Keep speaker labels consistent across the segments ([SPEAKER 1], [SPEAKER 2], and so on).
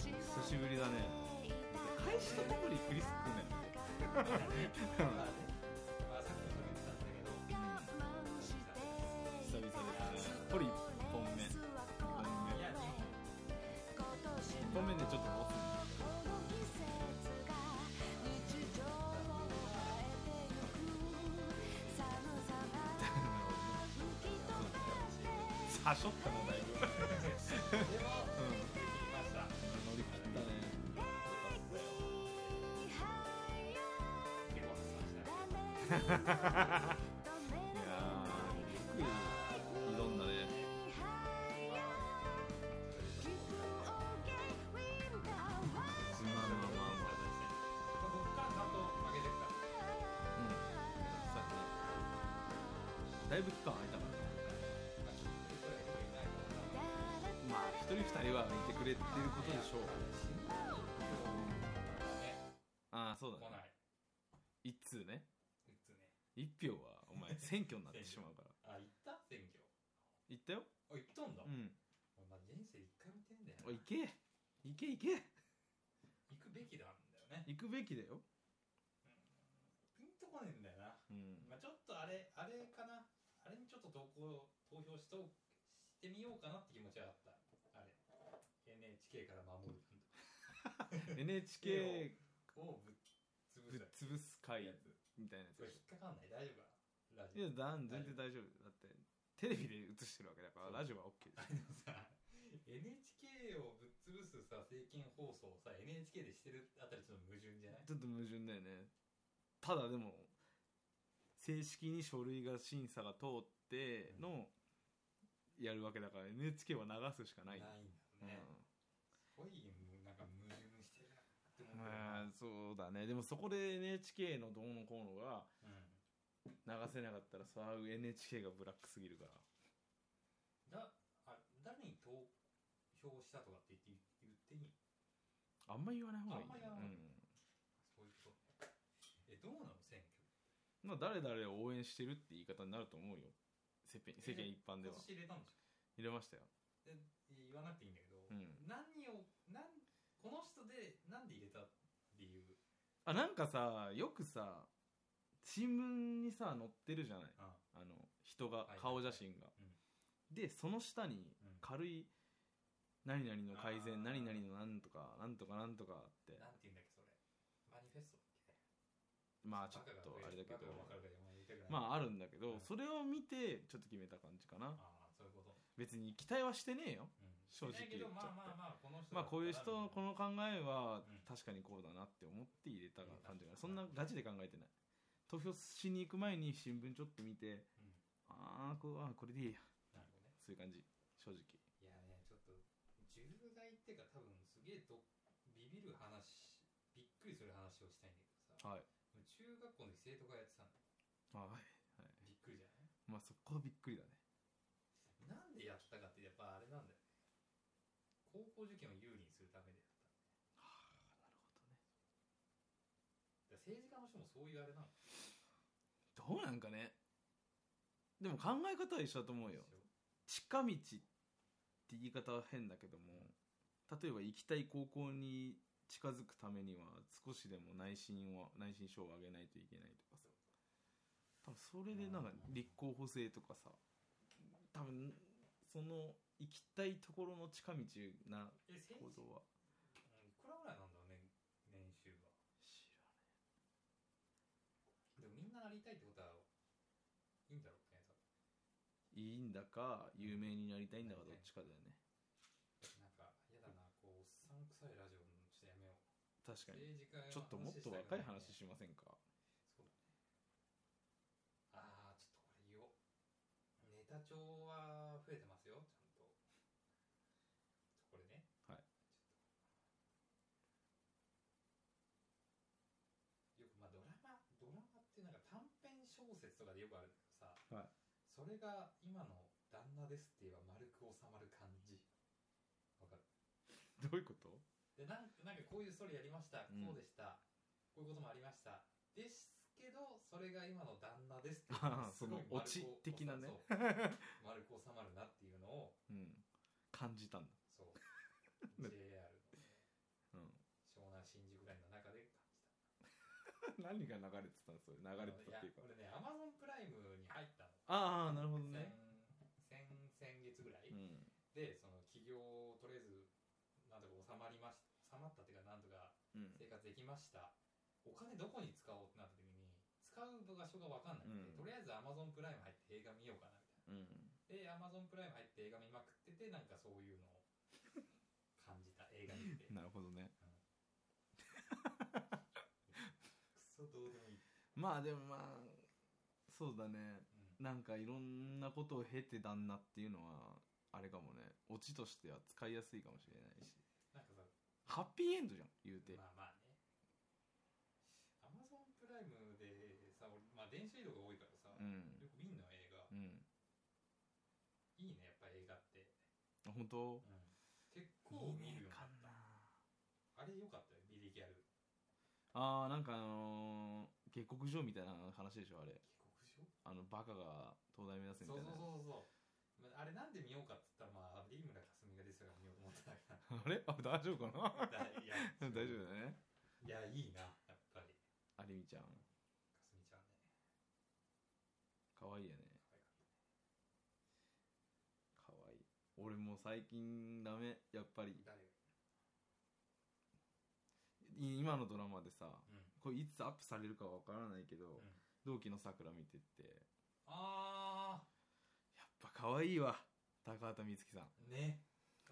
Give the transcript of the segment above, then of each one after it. [SPEAKER 1] 久しぶりだね開始とともにクリスくんね久々ですねこれ1本目2本目1本目でちょっとボスはしょったなだいぶうん乗り切ったねいやーよく挑んだねまあまあまあまあうんさあねだいぶ期間空いたからねまあ一人二人は見てくれてることでしょうああそうだね一通ね一票はお前選挙になってしまうから行ったようんおい行け行け行け行くべきだようん
[SPEAKER 2] まあ、ちょっとあれ、あれかな、あれにちょっと投稿、投票しとしてみようかなって気持ちはあった。あれ、NHK から守る
[SPEAKER 1] NHK
[SPEAKER 2] をぶっ潰
[SPEAKER 1] ぶっ
[SPEAKER 2] す。
[SPEAKER 1] 潰す会みたいなやつ
[SPEAKER 2] これ引っかかんない、大丈夫かなラ
[SPEAKER 1] い
[SPEAKER 2] ジオ。
[SPEAKER 1] やだん全然大丈夫だってテレビで映してるわけだからラジオは OK です
[SPEAKER 2] あのさ、NHK をぶっ潰すさ、政見放送をさ、NHK でしてるあたりちょっと矛盾じゃない
[SPEAKER 1] ちょっと矛盾だよねただでも正式に書類が審査が通ってのやるわけだから NHK は流すしかない、
[SPEAKER 2] ないんだね。すごい、なんか矛盾してるなって思
[SPEAKER 1] うん、まあそ
[SPEAKER 2] った
[SPEAKER 1] うだねでもそこで NHK のどうのこうのが
[SPEAKER 2] うん
[SPEAKER 1] 流せなかったらさ NHK がブラックすぎるから
[SPEAKER 2] だあ誰に投票したとかって言って言っていい
[SPEAKER 1] あんま言わない方がいい、ね
[SPEAKER 2] あんま言わな
[SPEAKER 1] う
[SPEAKER 2] い
[SPEAKER 1] ん
[SPEAKER 2] そういうことえどうなの選挙
[SPEAKER 1] まあ、誰々を応援してるって言い方になると思うよ世間世間一般では
[SPEAKER 2] 今年入れたんでしょ
[SPEAKER 1] 入れましたよ
[SPEAKER 2] で言わなくていいんだけど、
[SPEAKER 1] うん
[SPEAKER 2] 何をなんこの人でなんで入れた理由
[SPEAKER 1] あなんかさよくさ新聞にさ載ってるじゃない
[SPEAKER 2] あ
[SPEAKER 1] あの人が
[SPEAKER 2] はい
[SPEAKER 1] 顔写真が、
[SPEAKER 2] うん
[SPEAKER 1] でその下に
[SPEAKER 2] うん
[SPEAKER 1] 軽い何々の改
[SPEAKER 2] あ
[SPEAKER 1] 善
[SPEAKER 2] ー
[SPEAKER 1] 何々のなんとかなんとかなんとかって
[SPEAKER 2] なんて言うんだっけそれマニフェストだっけ
[SPEAKER 1] まあちょっと
[SPEAKER 2] バ
[SPEAKER 1] あ
[SPEAKER 2] カが
[SPEAKER 1] れだけど
[SPEAKER 2] バカがわかるからあんまり言いたくない
[SPEAKER 1] まああるんだけど、
[SPEAKER 2] うん
[SPEAKER 1] それを見てちょっと決めた感じかな
[SPEAKER 2] ああそういうこと、
[SPEAKER 1] 別に期待はしてねえよ
[SPEAKER 2] うん、
[SPEAKER 1] 正直
[SPEAKER 2] だけ
[SPEAKER 1] 言っ
[SPEAKER 2] どま
[SPEAKER 1] ちゃって
[SPEAKER 2] あまあまあこの人
[SPEAKER 1] まあこういう人のこの考えは
[SPEAKER 2] うん
[SPEAKER 1] 確かにこうだなって思って入れた感じが
[SPEAKER 2] うん
[SPEAKER 1] そんなガチで考えてない投票しに行く前に新聞ちょっと見て
[SPEAKER 2] うん
[SPEAKER 1] あーこうあーこれでいいや
[SPEAKER 2] なるほどね
[SPEAKER 1] そういう感じ正直
[SPEAKER 2] いやね、ちょっと重大っていうか多分すげえどビビる話びっくりする話をしたいんだけどさ
[SPEAKER 1] はい
[SPEAKER 2] 中学校の時生徒会やってたの
[SPEAKER 1] はいはい
[SPEAKER 2] びっくりじゃない
[SPEAKER 1] まあそこはびっくりだね
[SPEAKER 2] なんでやったかってやっぱあれなんだよね高校受験を有利にするためでやった
[SPEAKER 1] なる
[SPEAKER 2] だから政治家の人もそういうあれなの
[SPEAKER 1] ほどねどうなんかねでも考え方は一緒だと思うよ
[SPEAKER 2] 一緒
[SPEAKER 1] 近道って言い方は変だけども例えば行きたい高校に近づくためには少しでも内心を内心証を上げないといけないとかさ多分それでなんか立候補制とかさ多分その行きたいところの近道な
[SPEAKER 2] え政
[SPEAKER 1] 行
[SPEAKER 2] 治、う
[SPEAKER 1] 動は
[SPEAKER 2] ん、いくらぐらいなんだろうね年収が
[SPEAKER 1] 知らない
[SPEAKER 2] でもみんななりたいってことはいいんだろうね多分
[SPEAKER 1] いいんだか有名になりたいんだかどっちかだよね
[SPEAKER 2] なんか嫌だなこうおっさん臭いラジオちょっとやめよう
[SPEAKER 1] 確かに
[SPEAKER 2] 政治家の
[SPEAKER 1] ちょっともっと
[SPEAKER 2] 話したく
[SPEAKER 1] 若い
[SPEAKER 2] なね
[SPEAKER 1] 話しませんか
[SPEAKER 2] そうだね。ああ、ちょっとこれ言おう。ネタ帳は増えてますよ、ちゃんと。これね。
[SPEAKER 1] はい
[SPEAKER 2] ちょっと。よく、まあドラマ、ドラマってなんか短編小説とかでよくあるんだけどさ、
[SPEAKER 1] はい
[SPEAKER 2] それが今の旦那ですって言えば丸く収まる感じ。わかる
[SPEAKER 1] どういうこと
[SPEAKER 2] でなんなんかこういうストーリーやりました、
[SPEAKER 1] うん
[SPEAKER 2] こうでしたこういうこともありましたですけどそれが今の旦那ですって
[SPEAKER 1] ああ
[SPEAKER 2] すごい
[SPEAKER 1] そのオチ的なね
[SPEAKER 2] 丸く収まそう丸く収まるなっていうのを
[SPEAKER 1] うん感じたんだ
[SPEAKER 2] そう
[SPEAKER 1] ね
[SPEAKER 2] JR
[SPEAKER 1] う
[SPEAKER 2] 湘南新宿ラインの中で感じた
[SPEAKER 1] ん、 何が流れてたんそれ流れてたっていうか
[SPEAKER 2] あのいや俺ねアマゾンプライムに入ったの
[SPEAKER 1] ああなるほどね
[SPEAKER 2] 先先先月ぐらい、
[SPEAKER 1] うん
[SPEAKER 2] でその起業をとりあえずなんとか収まりまし収まったっていうかなんとか
[SPEAKER 1] うん
[SPEAKER 2] 生活できましたお金どこに使おうってなった時に使う場所が分かんなくて、
[SPEAKER 1] うん
[SPEAKER 2] とりあえず Amazon プライム入って映画見ようかなみたいな
[SPEAKER 1] うん
[SPEAKER 2] で、アマゾンプライム入って映画見まくってて、なんかそういうのを感じた、映画見て。く
[SPEAKER 1] なるほどね
[SPEAKER 2] そ、どうでもいい。
[SPEAKER 1] まあでもまあそうだね
[SPEAKER 2] うん、
[SPEAKER 1] なんかいろんなことを経て旦那っていうのはあれかもねオチとしては使いやすいかもしれないし
[SPEAKER 2] なんかさ、
[SPEAKER 1] ハッピーエンドじゃん言うて、
[SPEAKER 2] まあまあね。アマゾンプライムでさ、俺まあ電子移動が多いからさ、
[SPEAKER 1] う
[SPEAKER 2] よ
[SPEAKER 1] ん
[SPEAKER 2] く見んの映画。
[SPEAKER 1] うん
[SPEAKER 2] いいね、やっぱ映画って。
[SPEAKER 1] あ本当
[SPEAKER 2] うん結構見るようになった。
[SPEAKER 1] な
[SPEAKER 2] あれよかったよ、ビリギャル。
[SPEAKER 1] あーなんかあのー下克上みたいな話でしょあれ
[SPEAKER 2] 下克
[SPEAKER 1] あのバカが東大目指す
[SPEAKER 2] 上
[SPEAKER 1] み
[SPEAKER 2] そ
[SPEAKER 1] たいうな
[SPEAKER 2] そうそうそう。まああれなんで見ようかって言ったら、まあ、リムラかすみが出てたから見ようと思ったから。
[SPEAKER 1] あれあ大丈夫かな
[SPEAKER 2] いや
[SPEAKER 1] 大丈夫だね
[SPEAKER 2] いや、いいな、やっぱり。
[SPEAKER 1] 有美ちゃん
[SPEAKER 2] かすみちゃんね。
[SPEAKER 1] 可愛いよね可愛い俺もう最近ダメやっぱり
[SPEAKER 2] 誰
[SPEAKER 1] い今のドラマでさ
[SPEAKER 2] うん。
[SPEAKER 1] これいつアップされるかわからないけど、
[SPEAKER 2] ん
[SPEAKER 1] 同期のさくら見てって
[SPEAKER 2] あ
[SPEAKER 1] やっぱ可愛いわ高畑充希さん
[SPEAKER 2] ー、ね。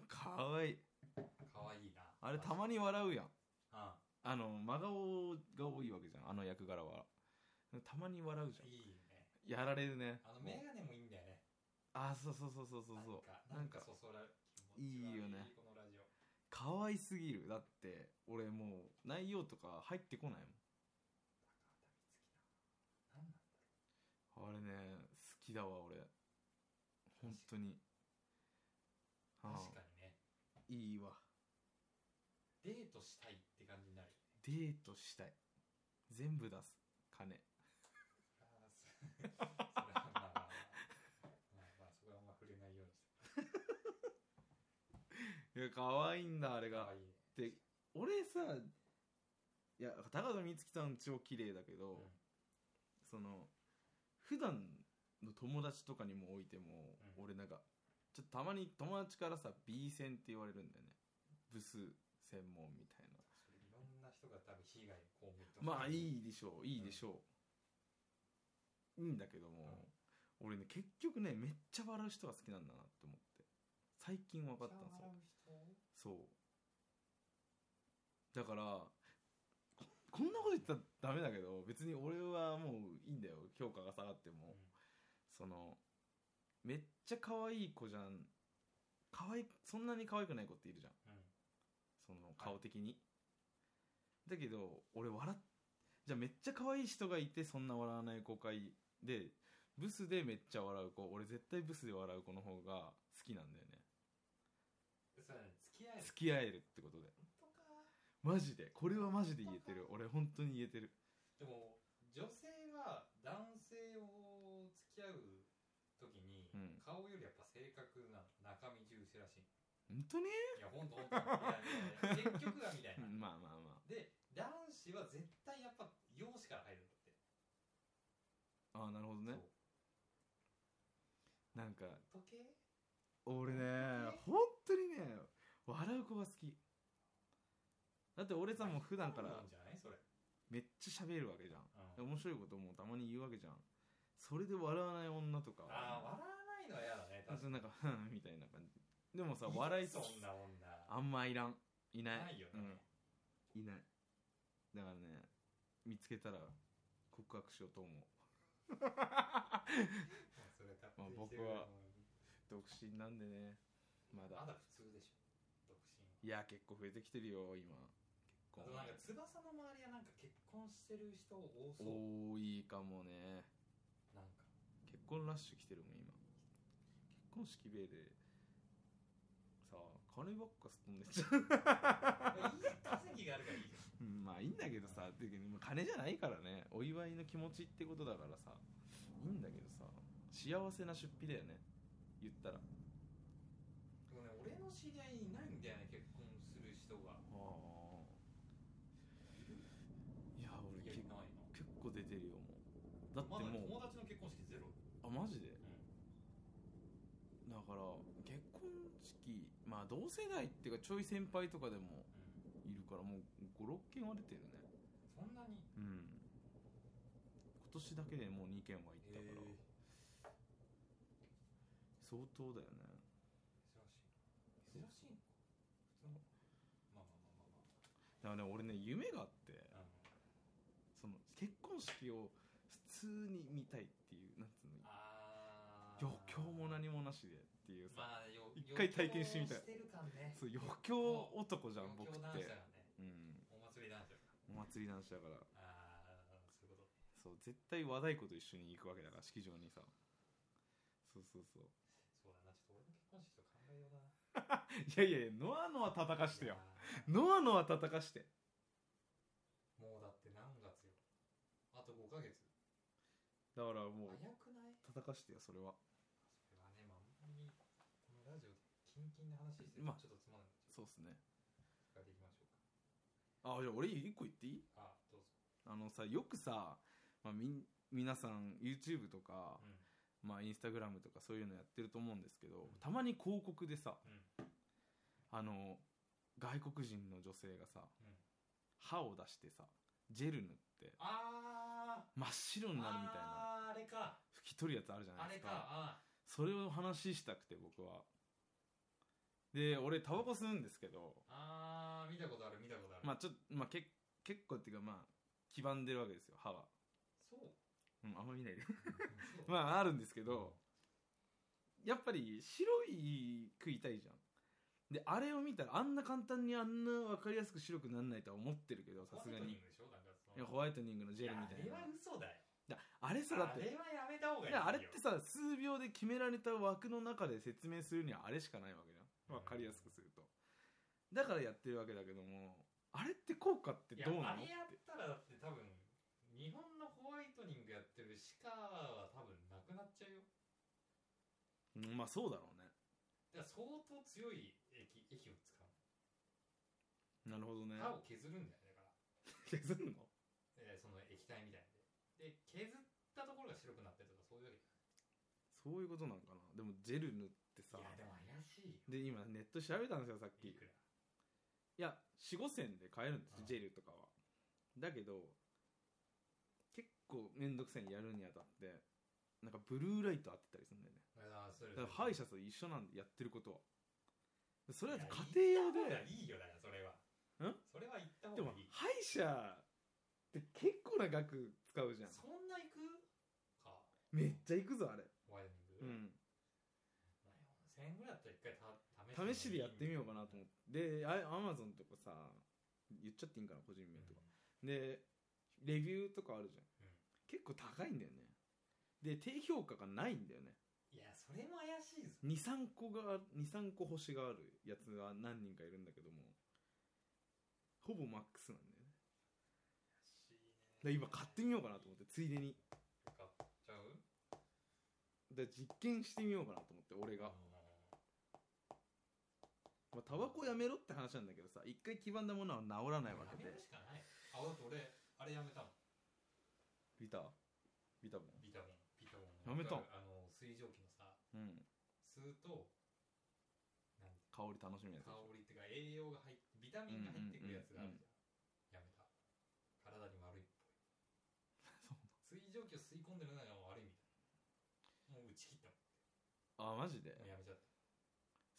[SPEAKER 1] 可愛い
[SPEAKER 2] かわいいな。
[SPEAKER 1] あれたまに笑うやん
[SPEAKER 2] あ
[SPEAKER 1] あの真顔が多いわけじゃんあの役柄はたまに笑うじ
[SPEAKER 2] いいね。
[SPEAKER 1] ゃんやられるね
[SPEAKER 2] あの、メガネもいいんだよね。
[SPEAKER 1] あそうそうそうそうそうそう
[SPEAKER 2] な
[SPEAKER 1] なんん
[SPEAKER 2] か、
[SPEAKER 1] か
[SPEAKER 2] なんかそそられる気持ち悪
[SPEAKER 1] いいよね
[SPEAKER 2] このラジオ。
[SPEAKER 1] 可愛すぎるだって俺もう内容とか入ってこない
[SPEAKER 2] 高
[SPEAKER 1] もん
[SPEAKER 2] 畑充希な。なんなんだ
[SPEAKER 1] あれね好きだわ俺本当に
[SPEAKER 2] ろ
[SPEAKER 1] あ
[SPEAKER 2] う。確かにね。
[SPEAKER 1] いいわ
[SPEAKER 2] デートしたいって感じになるよね。
[SPEAKER 1] デートしたい全部出す金
[SPEAKER 2] あーそそれはまあまあまあ。まあまあ、そこはあんま触れないようにして。
[SPEAKER 1] いや可愛いんだあれ
[SPEAKER 2] か
[SPEAKER 1] が
[SPEAKER 2] わいいね。
[SPEAKER 1] で俺さいや高田充希さん超綺麗だけど、
[SPEAKER 2] うん
[SPEAKER 1] その普段の友達とかにもおいても、
[SPEAKER 2] うん
[SPEAKER 1] 俺なんかちょっとたまに友達からさ B 線って言われるんだよね部数専門みたいな
[SPEAKER 2] それいろんな人が多分被害をこう見ると。
[SPEAKER 1] まあ
[SPEAKER 2] い。
[SPEAKER 1] いいでしょういいでしょう、いいんだけども、俺ね結局ねめっちゃ笑う人が好きなんだなって思って最近分かったんですよ
[SPEAKER 2] 笑う人
[SPEAKER 1] そうだからここんなこと言ったらダメだけど別に俺はもういいんだよ評価が下がっても、そのめっちゃ可愛い子じゃん可愛いそんなに可愛くない子っているじゃん
[SPEAKER 2] うんうん
[SPEAKER 1] その顔的に、だけど俺笑っじゃあめっちゃ可愛い人がいてそんな笑わない子会でブスでめっちゃ笑う子俺絶対ブスで笑う子の方が好きなんだよね
[SPEAKER 2] それはね付き合える
[SPEAKER 1] 付き合えるってことで
[SPEAKER 2] とか
[SPEAKER 1] マジでこれはマジで言えてる俺本当に言えてる
[SPEAKER 2] でも女性は男性を付き合う時に、
[SPEAKER 1] うん
[SPEAKER 2] 顔よりやっぱ性格なの中身重視らしい
[SPEAKER 1] 本当に
[SPEAKER 2] いやほんとほんといやいやいや結局はみたいな
[SPEAKER 1] まあまあま
[SPEAKER 2] で男子は絶対やっぱ容姿から入るんだって
[SPEAKER 1] あああなるほどね
[SPEAKER 2] そう
[SPEAKER 1] なんか
[SPEAKER 2] 時計
[SPEAKER 1] 俺ね
[SPEAKER 2] え
[SPEAKER 1] 本当にね笑う子が好きだって俺さもう普段から
[SPEAKER 2] そうなんじゃないそれ、う
[SPEAKER 1] めっちゃ喋るわけじゃん
[SPEAKER 2] ん
[SPEAKER 1] 面白いこともたまに言うわけじゃんそれで笑わない女とか
[SPEAKER 2] ああ笑わないのは嫌だね
[SPEAKER 1] あそ
[SPEAKER 2] 確か
[SPEAKER 1] うなんか「ふん」みたいな感じでもさ
[SPEAKER 2] に
[SPEAKER 1] 笑い
[SPEAKER 2] そんな女
[SPEAKER 1] あんまいらんいない
[SPEAKER 2] ないよね、
[SPEAKER 1] うん、いないだからね見つけたら告白しようと思う
[SPEAKER 2] それ勝
[SPEAKER 1] まあ
[SPEAKER 2] 手にして
[SPEAKER 1] 僕
[SPEAKER 2] くれる
[SPEAKER 1] は独身なんでねまだ
[SPEAKER 2] まだ普通でしょ独身はい
[SPEAKER 1] や結構増えてきてるよ今結
[SPEAKER 2] あとなんか翼の周りはなんか結婚してる人多そう
[SPEAKER 1] 多いかもね
[SPEAKER 2] なんか
[SPEAKER 1] 結婚ラッシュ来てるもん今結婚式べでさあ金ばっかすっ飛んでっちゃう
[SPEAKER 2] いい稼ぎがあるからいいよ
[SPEAKER 1] うん まあいいんだけどさっていうか金じゃないからねお祝いの気持ちってことだからさいいんだけどさ幸せな出費だよね言ったら
[SPEAKER 2] でもね俺の知り合いいないんだよね結婚す人が
[SPEAKER 1] あーいや俺
[SPEAKER 2] いや
[SPEAKER 1] 結
[SPEAKER 2] いないな
[SPEAKER 1] 結構出てるよもうだって
[SPEAKER 2] まだ
[SPEAKER 1] もう
[SPEAKER 2] 友達の結婚式ゼロ
[SPEAKER 1] あマジで
[SPEAKER 2] う
[SPEAKER 1] だから結婚式まあ同世代っていうかちょい先輩とかでも
[SPEAKER 2] ん
[SPEAKER 1] いるからもう56件は出てるね
[SPEAKER 2] そんなに
[SPEAKER 1] うん今年だけでもう2件は行った
[SPEAKER 2] え
[SPEAKER 1] から
[SPEAKER 2] ー
[SPEAKER 1] 相当だよね
[SPEAKER 2] 珍しい珍しいのか普通のまあまあまあまあま
[SPEAKER 1] だからね俺ね夢があって
[SPEAKER 2] ああの
[SPEAKER 1] その結婚式を普通に見たいっていうなんつうの
[SPEAKER 2] あー
[SPEAKER 1] 余興も何もなしでっていうさ、
[SPEAKER 2] まあよ
[SPEAKER 1] 一回体験してみたい
[SPEAKER 2] 余興してる感ね
[SPEAKER 1] そう余興男じゃん僕
[SPEAKER 2] 余
[SPEAKER 1] っ
[SPEAKER 2] 興男
[SPEAKER 1] て
[SPEAKER 2] 子だからね
[SPEAKER 1] うん
[SPEAKER 2] お祭り男子だから
[SPEAKER 1] お祭り男子だから
[SPEAKER 2] ああそ
[SPEAKER 1] そう
[SPEAKER 2] ういうこと
[SPEAKER 1] 絶対和太鼓と一緒に行くわけだから式場にさそうそうそう
[SPEAKER 2] そうだなちょっと俺の結婚式と考えようだない
[SPEAKER 1] やいやいやノアノア叩かしてよ
[SPEAKER 2] いやー
[SPEAKER 1] ノアノア叩かして
[SPEAKER 2] もうだって何月よあと5ヶ月
[SPEAKER 1] だから
[SPEAKER 2] 早
[SPEAKER 1] もう
[SPEAKER 2] くない
[SPEAKER 1] 叩かしてよそれは
[SPEAKER 2] それはねまああんまりこのラジオでキンキンな話してる
[SPEAKER 1] まあ
[SPEAKER 2] とちょっとつまんない
[SPEAKER 1] そうっすね
[SPEAKER 2] 使っていきましょう
[SPEAKER 1] あじゃあ俺一個言っていい
[SPEAKER 2] かあどうぞ
[SPEAKER 1] あのさよくさ、まあ、みん皆さん YouTube とか、
[SPEAKER 2] うん
[SPEAKER 1] まあ、インスタグラムとかそういうのやってると思うんですけどたまに広告でさ
[SPEAKER 2] うん
[SPEAKER 1] あの外国人の女性がさ、
[SPEAKER 2] うん
[SPEAKER 1] 歯を出してさジェル塗って
[SPEAKER 2] あー
[SPEAKER 1] 真っ白になるみたいな
[SPEAKER 2] あーあれか
[SPEAKER 1] 拭き取るやつあるじゃな
[SPEAKER 2] あ
[SPEAKER 1] いで
[SPEAKER 2] れ
[SPEAKER 1] す
[SPEAKER 2] か
[SPEAKER 1] か
[SPEAKER 2] あ
[SPEAKER 1] それを話したくて僕はで俺タバコ吸うんですけど
[SPEAKER 2] ーあー見たことある見たことある、
[SPEAKER 1] まあちょっとまあけ結構っていうかまあ黄ばんでるわけですよ歯は、
[SPEAKER 2] そう
[SPEAKER 1] うん、あんま見ないで
[SPEAKER 2] そう
[SPEAKER 1] まああるんですけどやっぱり白い食いたいじゃんであれを見たらあんな簡単にあんな分かりやすく白くならないとは思ってるけどさすがに
[SPEAKER 2] ホワイトニングでしょなんか
[SPEAKER 1] いやホワイトニングのジェルみた
[SPEAKER 2] その
[SPEAKER 1] い
[SPEAKER 2] やあれは
[SPEAKER 1] な
[SPEAKER 2] 嘘だよ
[SPEAKER 1] だあれさだっ
[SPEAKER 2] あ
[SPEAKER 1] て
[SPEAKER 2] れはやめた方がい
[SPEAKER 1] い
[SPEAKER 2] いよ
[SPEAKER 1] やあれってさ数秒で決められた枠の中で説明するにはあれしかないわけじゃん分かりやすくするとだからやってるわけだけどもあれって効果って
[SPEAKER 2] いや
[SPEAKER 1] どうな
[SPEAKER 2] あ
[SPEAKER 1] のっ
[SPEAKER 2] れ
[SPEAKER 1] て
[SPEAKER 2] やったらだって多分日本のホワイトニングやってる歯科は多分なくなっちゃうよ
[SPEAKER 1] うんまあそうだろうね
[SPEAKER 2] だから相当強い液液を使う
[SPEAKER 1] なるほどね
[SPEAKER 2] 歯を削るんだよねだから、
[SPEAKER 1] 削るの
[SPEAKER 2] えーその液体みたいなでで削ったところが白くなってるとかそういうわけ
[SPEAKER 1] そういうことなんかなでもジェル塗ってさ
[SPEAKER 2] いやでも怪しいよ
[SPEAKER 1] で今ネット調べたんですよさっき
[SPEAKER 2] い
[SPEAKER 1] い
[SPEAKER 2] くら
[SPEAKER 1] や45銭で買えるんです
[SPEAKER 2] う
[SPEAKER 1] よ
[SPEAKER 2] ん
[SPEAKER 1] ジェルとかはだけど結構めんどくさいにやるにあたってなんかブルーライト当てたりするんだよね
[SPEAKER 2] あーそれ
[SPEAKER 1] だから歯医者と一緒なんでやってることはそれは家
[SPEAKER 2] い
[SPEAKER 1] 庭
[SPEAKER 2] や
[SPEAKER 1] 用で
[SPEAKER 2] いいよだからそれは
[SPEAKER 1] ん
[SPEAKER 2] それは行った
[SPEAKER 1] で
[SPEAKER 2] 方
[SPEAKER 1] も
[SPEAKER 2] がいい
[SPEAKER 1] 歯医者って結構な額使うじゃん
[SPEAKER 2] そんな行くか
[SPEAKER 1] めっちゃいくぞあれ
[SPEAKER 2] ホワイトニン
[SPEAKER 1] う
[SPEAKER 2] グ、まあ4000円ぐらいだったら一回た
[SPEAKER 1] ん試しでやってみようかなと思
[SPEAKER 2] っ
[SPEAKER 1] ってであアマゾンとかさ言っちゃっていいんかな個人
[SPEAKER 2] て
[SPEAKER 1] 名とかでレビューとかあるじゃん
[SPEAKER 2] うん
[SPEAKER 1] 結構高いんだよねで低評価がないんだよね
[SPEAKER 2] いやそれも怪しいぞ
[SPEAKER 1] 23個が23個星があるやつが何人かいるんだけどもほぼマックスなんだよねで今買ってみようかなと思ってついでに
[SPEAKER 2] 買っちゃう
[SPEAKER 1] で実験してみようかなと思って俺が、
[SPEAKER 2] あ
[SPEAKER 1] まあ、タバコやめろって話なんだけどさ一回黄ばんだものは治ら
[SPEAKER 2] ー
[SPEAKER 1] ないわけで
[SPEAKER 2] やめるしかないあだって俺あれやめたもん
[SPEAKER 1] ビタービタボ
[SPEAKER 2] ビタボンビタボ
[SPEAKER 1] や
[SPEAKER 2] ン
[SPEAKER 1] めた
[SPEAKER 2] わかるあの水蒸気のさ
[SPEAKER 1] ンうん
[SPEAKER 2] 吸うとなんて
[SPEAKER 1] 香り楽しみやつでし
[SPEAKER 2] 香
[SPEAKER 1] ょ
[SPEAKER 2] りっていうか栄養が入ってビタミンが入ってくるやつがあるじゃん,、やめた体に悪いっぽい水蒸気を吸い込んでるのが悪いみたいなもう打ち切ったも
[SPEAKER 1] あ
[SPEAKER 2] ん
[SPEAKER 1] マジで
[SPEAKER 2] もうやめちゃった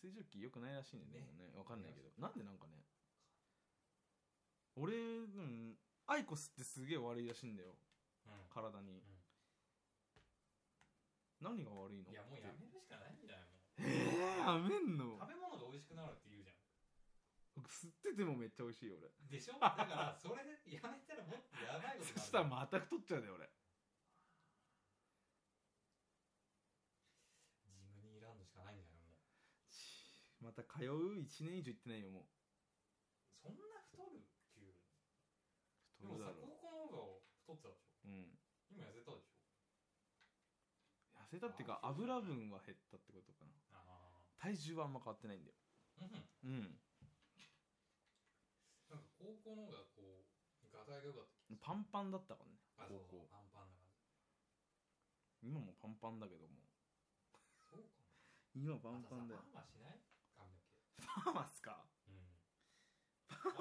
[SPEAKER 1] 水蒸気良くないらしいねで
[SPEAKER 2] ね
[SPEAKER 1] もねわかんないけどなんでなんかね俺うんアイコスってすげえ悪いらしいんだよ
[SPEAKER 2] うん
[SPEAKER 1] 体に、
[SPEAKER 2] ん
[SPEAKER 1] 何が悪いの
[SPEAKER 2] いやもう
[SPEAKER 1] って
[SPEAKER 2] やめるしかないんじゃないもう
[SPEAKER 1] えー、やめんの
[SPEAKER 2] 食べ物が美味しくなるって言うじゃん
[SPEAKER 1] 僕吸っててもめっちゃ美味しいよ俺
[SPEAKER 2] でしょだからそれやめたらもっとやばいことになる
[SPEAKER 1] そしたらまた太っちゃうで俺
[SPEAKER 2] ジムニーランドしかないんじゃないも
[SPEAKER 1] ま
[SPEAKER 2] う
[SPEAKER 1] た通う1年以上行ってないよもう
[SPEAKER 2] そんな太る急にで
[SPEAKER 1] 太
[SPEAKER 2] も
[SPEAKER 1] るだ
[SPEAKER 2] さ
[SPEAKER 1] ろ
[SPEAKER 2] 高校の方が太ってたでしょ
[SPEAKER 1] う、うん、
[SPEAKER 2] 今痩せたでしょ
[SPEAKER 1] 痩せたっていうか油分は減ったってことかな
[SPEAKER 2] ああ
[SPEAKER 1] 体重はあんま変わってないんだよ
[SPEAKER 2] う
[SPEAKER 1] う
[SPEAKER 2] ん
[SPEAKER 1] ん
[SPEAKER 2] 高校の方がこうガタイが良かった気がする
[SPEAKER 1] パンパンだったからね
[SPEAKER 2] あそう
[SPEAKER 1] 高校
[SPEAKER 2] パンパンな感じ
[SPEAKER 1] 今もパンパンだけども
[SPEAKER 2] そうか
[SPEAKER 1] 今パ
[SPEAKER 2] な
[SPEAKER 1] ンパンだよ
[SPEAKER 2] あとさパーマしない
[SPEAKER 1] パー
[SPEAKER 2] 髪の毛
[SPEAKER 1] マっすか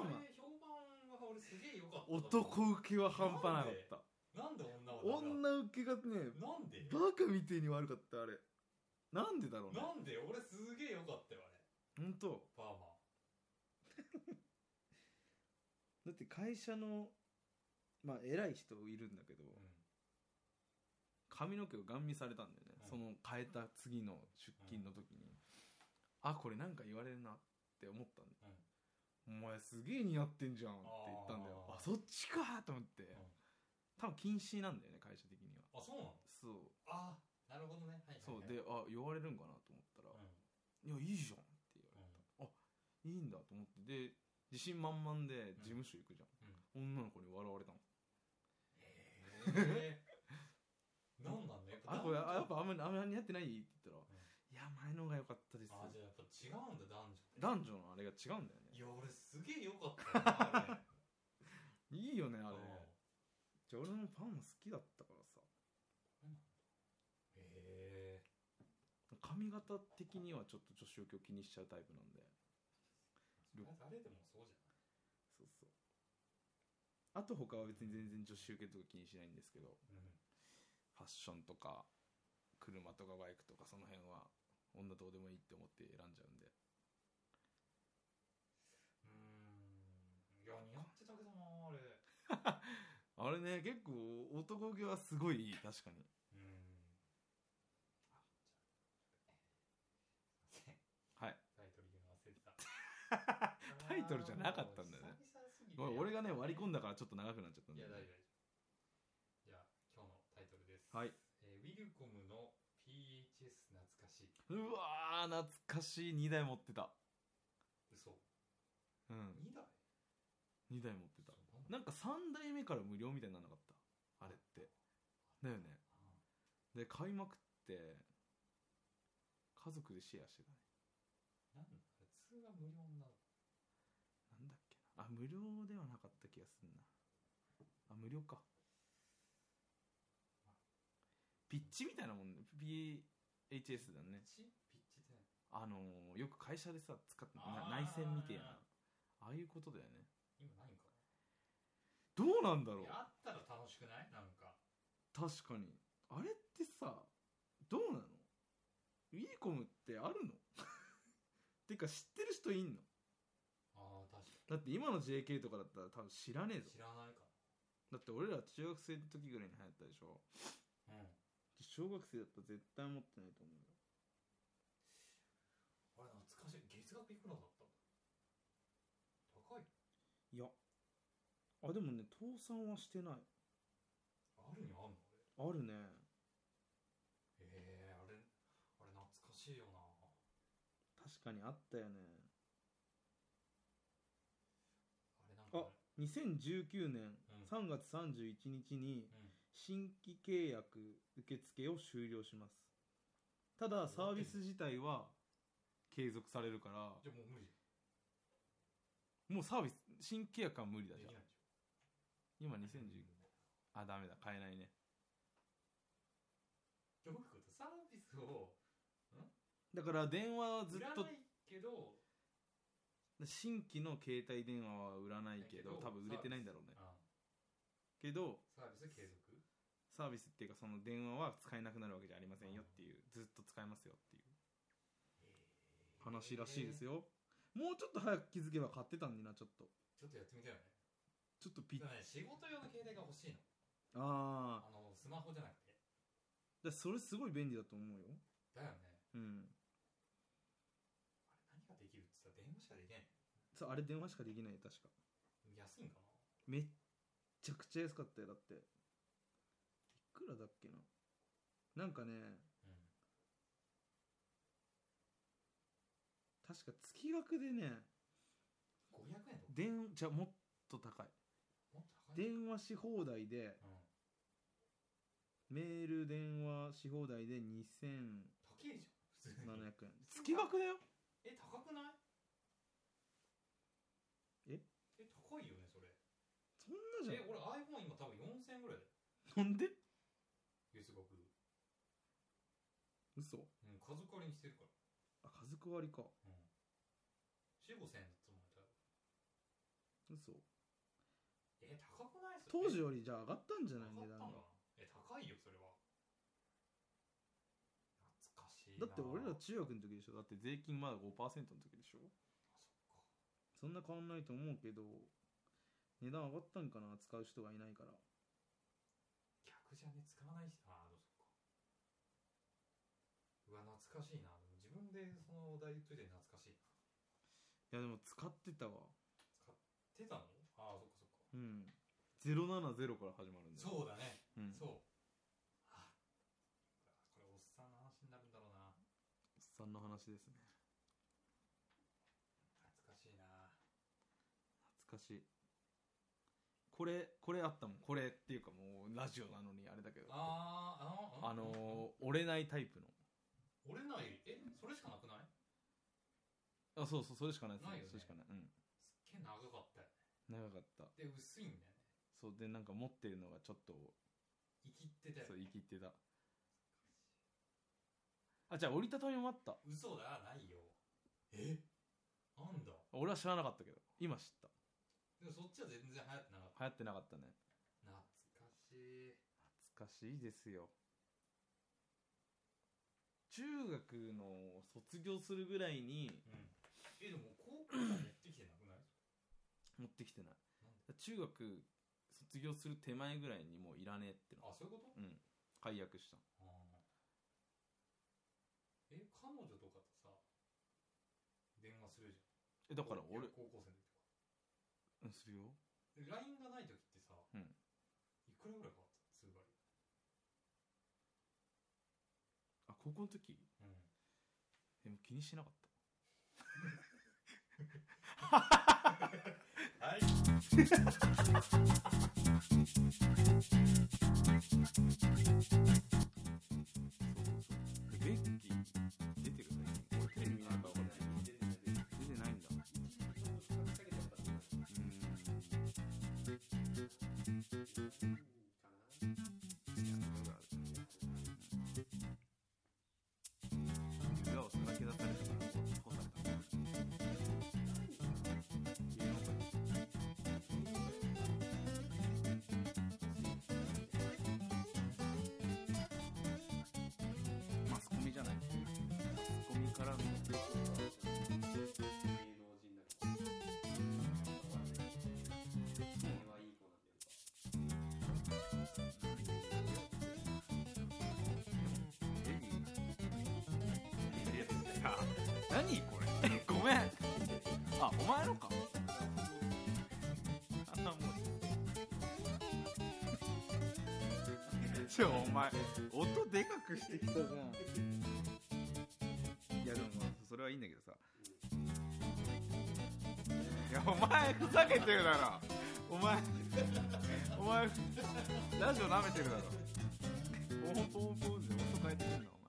[SPEAKER 2] うん
[SPEAKER 1] ーマ
[SPEAKER 2] あれ評判は俺すげえ良かったと思う
[SPEAKER 1] 男受けは半端なかった
[SPEAKER 2] なんで女はダメだ
[SPEAKER 1] 女受けがね
[SPEAKER 2] なんで
[SPEAKER 1] バカみてえに悪かったあれなんでだろうね
[SPEAKER 2] なんで俺すげえ良かったよあれ
[SPEAKER 1] 本当
[SPEAKER 2] パーマ
[SPEAKER 1] だって会社のまあ偉い人いるんだけど、髪の毛をガン見されたんだよね、
[SPEAKER 2] うん
[SPEAKER 1] その変えた次の出勤の時に、あこれなんか言われるなって思ったんだよ、お前すげえ似合ってんじゃんって言ったんだよあ
[SPEAKER 2] あー
[SPEAKER 1] そっちかと思って、多分禁止なんだよね会社的には
[SPEAKER 2] あそうなの
[SPEAKER 1] そう
[SPEAKER 2] あなるほどねはいはいはい
[SPEAKER 1] そうであ言われるんかなと思ったら
[SPEAKER 2] う、ん
[SPEAKER 1] いやいいじゃんって言われ
[SPEAKER 2] うん
[SPEAKER 1] ていいんだと思ってで自信満々で事務所行くじゃ
[SPEAKER 2] う
[SPEAKER 1] ん、
[SPEAKER 2] ん
[SPEAKER 1] 女の子に笑われたの
[SPEAKER 2] えーなんなんだやっぱ
[SPEAKER 1] あこれあやっぱあんまりあんまり似合ってないって言ったら、
[SPEAKER 2] ん
[SPEAKER 1] いや前の方が良かったです
[SPEAKER 2] あじゃあやっぱ違うんだ男
[SPEAKER 1] 男女
[SPEAKER 2] 女
[SPEAKER 1] のあれが違うんだよ
[SPEAKER 2] い
[SPEAKER 1] ね
[SPEAKER 2] や俺すげえ良かったよなあれ
[SPEAKER 1] いいよね あ
[SPEAKER 2] あ
[SPEAKER 1] れじゃあ俺もパンも好きだったからさ
[SPEAKER 2] え
[SPEAKER 1] 髪型的にはちょっと女子受けを気にしちゃうタイプなんで
[SPEAKER 2] ー、それは誰でもそうじゃない
[SPEAKER 1] そうそうあと他は別に全然女子受けとか気にしないんですけどファッションとか車とかバイクとかその辺は女どうでもいいって思って選んじゃうんで
[SPEAKER 2] うんいや似合ってたけどなあれ
[SPEAKER 1] あれね結構男受けはすごいいい確かに
[SPEAKER 2] うんあじゃあ
[SPEAKER 1] はい
[SPEAKER 2] タイトル言うの忘れてた
[SPEAKER 1] タイトルじゃなかったんだよね
[SPEAKER 2] 久々すぎて
[SPEAKER 1] ごめん俺がね割り込んだからちょっと長くなっちゃったん
[SPEAKER 2] い
[SPEAKER 1] だ
[SPEAKER 2] や
[SPEAKER 1] よね
[SPEAKER 2] 大丈夫大丈夫じゃあ今日のタイトルです
[SPEAKER 1] はい
[SPEAKER 2] えーウィルコムの PHS 懐かしいう
[SPEAKER 1] わー懐かしい2台持ってた
[SPEAKER 2] 嘘
[SPEAKER 1] うん
[SPEAKER 2] 2台
[SPEAKER 1] 2台持ってた
[SPEAKER 2] そうなんだ
[SPEAKER 1] なんか3台目から無料みたいにならなかったあれってだよねで買いまくって家族でシェアしてたね
[SPEAKER 2] なんだあれ通話無料になる
[SPEAKER 1] なんだっけなあ無料ではなかった気がすんなあ無料かピッチみたいなもんね PHS だね
[SPEAKER 2] ピッチピッチって何
[SPEAKER 1] あのーよく会社でさ使ってな
[SPEAKER 2] あー
[SPEAKER 1] 内線みたいなああいうことだよね
[SPEAKER 2] 今ないんかな
[SPEAKER 1] どうなんだろう
[SPEAKER 2] いやあったら楽しくないなんか
[SPEAKER 1] 確かにあれってさどうなのウィーコムってあるの てか知ってる人いんの
[SPEAKER 2] ああ確か
[SPEAKER 1] だって今の JK とかだったら多分知らねえ
[SPEAKER 2] に
[SPEAKER 1] ぞ
[SPEAKER 2] 知らないか
[SPEAKER 1] だって俺ら中学生の時ぐらいに流行ったでしょ
[SPEAKER 2] なうん
[SPEAKER 1] 小学生だったら絶対持ってないと思うよ
[SPEAKER 2] あれ懐かしい月額いくらだったの高い
[SPEAKER 1] いやあでもね倒産はしてない
[SPEAKER 2] あるにはあるのあれ
[SPEAKER 1] あるね
[SPEAKER 2] ええあれあれ懐かしいよな
[SPEAKER 1] 確かにあったよね
[SPEAKER 2] あれなんかね
[SPEAKER 1] 2019年
[SPEAKER 2] うん
[SPEAKER 1] 3月31日に
[SPEAKER 2] うん
[SPEAKER 1] 新規契約受付を終了しますただサービス自体は継続されるから
[SPEAKER 2] じゃあもう無理じ
[SPEAKER 1] もうサービス新規契約は無理だ
[SPEAKER 2] ゃんで
[SPEAKER 1] じ
[SPEAKER 2] き
[SPEAKER 1] ゃん
[SPEAKER 2] ないでし
[SPEAKER 1] 今
[SPEAKER 2] ょ
[SPEAKER 1] 2019あダメだ買えないね
[SPEAKER 2] どういうことサービスを
[SPEAKER 1] だから電話はずっ
[SPEAKER 2] 売ら
[SPEAKER 1] と
[SPEAKER 2] ないけど
[SPEAKER 1] 新規の携帯電話は売らないけど
[SPEAKER 2] だけど
[SPEAKER 1] 多分売れてないんだろうね
[SPEAKER 2] あ
[SPEAKER 1] けど
[SPEAKER 2] サービス継続
[SPEAKER 1] サービスっていうかその電話は使えなくなるわけじゃありませんよっていうずっと使えますよっていう話らしいですよ
[SPEAKER 2] よ
[SPEAKER 1] もうちょっと早く気づけば買ってたんになちょっと
[SPEAKER 2] ちょっとやってみたいよね
[SPEAKER 1] ちょっとピッ
[SPEAKER 2] だからね仕事用の携帯が欲しいの
[SPEAKER 1] ああ
[SPEAKER 2] あのスマホじゃなくて
[SPEAKER 1] だそれすごい便利だと思うよ
[SPEAKER 2] だよね
[SPEAKER 1] うん
[SPEAKER 2] あれ何ができるって言ったら電話しかできない
[SPEAKER 1] そうあれ電話しかできない確か
[SPEAKER 2] 安いんかな
[SPEAKER 1] めっちゃくちゃ安かったよだっていくらだっけななんかね
[SPEAKER 2] うん
[SPEAKER 1] 確か月額でね
[SPEAKER 2] 500円とか
[SPEAKER 1] 電じゃあもっと高い
[SPEAKER 2] もっと高い
[SPEAKER 1] 電話し放題で
[SPEAKER 2] うん
[SPEAKER 1] メール電話し放題で2700
[SPEAKER 2] 高いじゃん普通
[SPEAKER 1] 円月
[SPEAKER 2] に
[SPEAKER 1] 額だよ
[SPEAKER 2] え高くない
[SPEAKER 1] え
[SPEAKER 2] え高高いよねそれ
[SPEAKER 1] そんなじゃ
[SPEAKER 2] え俺 iPhone 今多分4000円ぐらいだ
[SPEAKER 1] ん
[SPEAKER 2] よ
[SPEAKER 1] なんで
[SPEAKER 2] 月額うん
[SPEAKER 1] 嘘
[SPEAKER 2] 家族割りにしてるから
[SPEAKER 1] あ家族割りか
[SPEAKER 2] うん4 5 0 0 0円だと思うんだよ
[SPEAKER 1] 嘘
[SPEAKER 2] え高くないっす
[SPEAKER 1] 当時よ
[SPEAKER 2] は
[SPEAKER 1] りじゃあ上がったんじゃ
[SPEAKER 2] 高
[SPEAKER 1] ない値
[SPEAKER 2] かった
[SPEAKER 1] 段
[SPEAKER 2] んだ
[SPEAKER 1] が
[SPEAKER 2] なえ高いよそれは懐かしい
[SPEAKER 1] だっ
[SPEAKER 2] な
[SPEAKER 1] て俺ら
[SPEAKER 2] あそっか
[SPEAKER 1] 中学の時でしょだって税金まだ5%の時でしょそんな変わんないと思うけど値段上がったんかな使う人がいないから
[SPEAKER 2] 逆じゃね使わないしああそっかうわ懐かしいなでも自分でそのお題言っといて懐かしいない
[SPEAKER 1] やでも使ってたわ
[SPEAKER 2] 使ってたのああそっかそっか
[SPEAKER 1] うん070から始まるんだよ
[SPEAKER 2] そうだね
[SPEAKER 1] う、ん、
[SPEAKER 2] そう。あこれ、おっさんの話になるんだろうな。
[SPEAKER 1] おっさんの話ですね
[SPEAKER 2] 懐かしいな。
[SPEAKER 1] 懐かしいこれこれあったもんこれっていうかもうラジオなのにあれだけど
[SPEAKER 2] あー、あ
[SPEAKER 1] あ
[SPEAKER 2] の、
[SPEAKER 1] のー、折れないタイプ
[SPEAKER 2] 折れない、え、それしかなくない
[SPEAKER 1] のあそうそうそれしかないです
[SPEAKER 2] ないよ
[SPEAKER 1] そ
[SPEAKER 2] ね
[SPEAKER 1] れしかない、うん、
[SPEAKER 2] すっげえ長かったよね。
[SPEAKER 1] 長かった
[SPEAKER 2] で、薄いんだよね。
[SPEAKER 1] そうでなんか持ってるのがちょっと
[SPEAKER 2] 生きってたよ
[SPEAKER 1] そう
[SPEAKER 2] ね。
[SPEAKER 1] 生きてたあじゃあ折りたたみもあった
[SPEAKER 2] 嘘だ、ないよ。えなんだ。
[SPEAKER 1] 俺は知らなかったけど今知った
[SPEAKER 2] でもそっちは全然流行ってなか
[SPEAKER 1] 流行ってなかっ
[SPEAKER 2] っ
[SPEAKER 1] たね
[SPEAKER 2] た。懐かしい。
[SPEAKER 1] 懐かしいですよ中学の卒業するぐらいに
[SPEAKER 2] うん。え、でも、高校からやってきてなくない
[SPEAKER 1] 持ってきてない
[SPEAKER 2] なんで
[SPEAKER 1] 中学卒業する手前ぐらいにもういらねえっての
[SPEAKER 2] あ、そういうこ
[SPEAKER 1] う
[SPEAKER 2] と
[SPEAKER 1] ん解約した
[SPEAKER 2] あーえ彼女とかとさ電話するじゃん
[SPEAKER 1] えだから俺
[SPEAKER 2] いや高校生の時とか
[SPEAKER 1] うんするよ
[SPEAKER 2] で LINE がない時ってさ、
[SPEAKER 1] うん
[SPEAKER 2] いくらぐらいかかった通話料
[SPEAKER 1] あ高校の時でも気にしなかった
[SPEAKER 2] はい
[SPEAKER 1] ベッキー出てる最近俺テレビ見なんか分かんない出てないんだうん裏をさらけ出されたからこうされたマスコミじゃないマスコミからの何これごめんあお前のかあもう ちょお前音でかくしてきたじゃんいやでもまあそれはいいんだけどさいやお前ふざけてるだろお前お前ラジオ舐めてるだろポンポンポンで音変えてくんの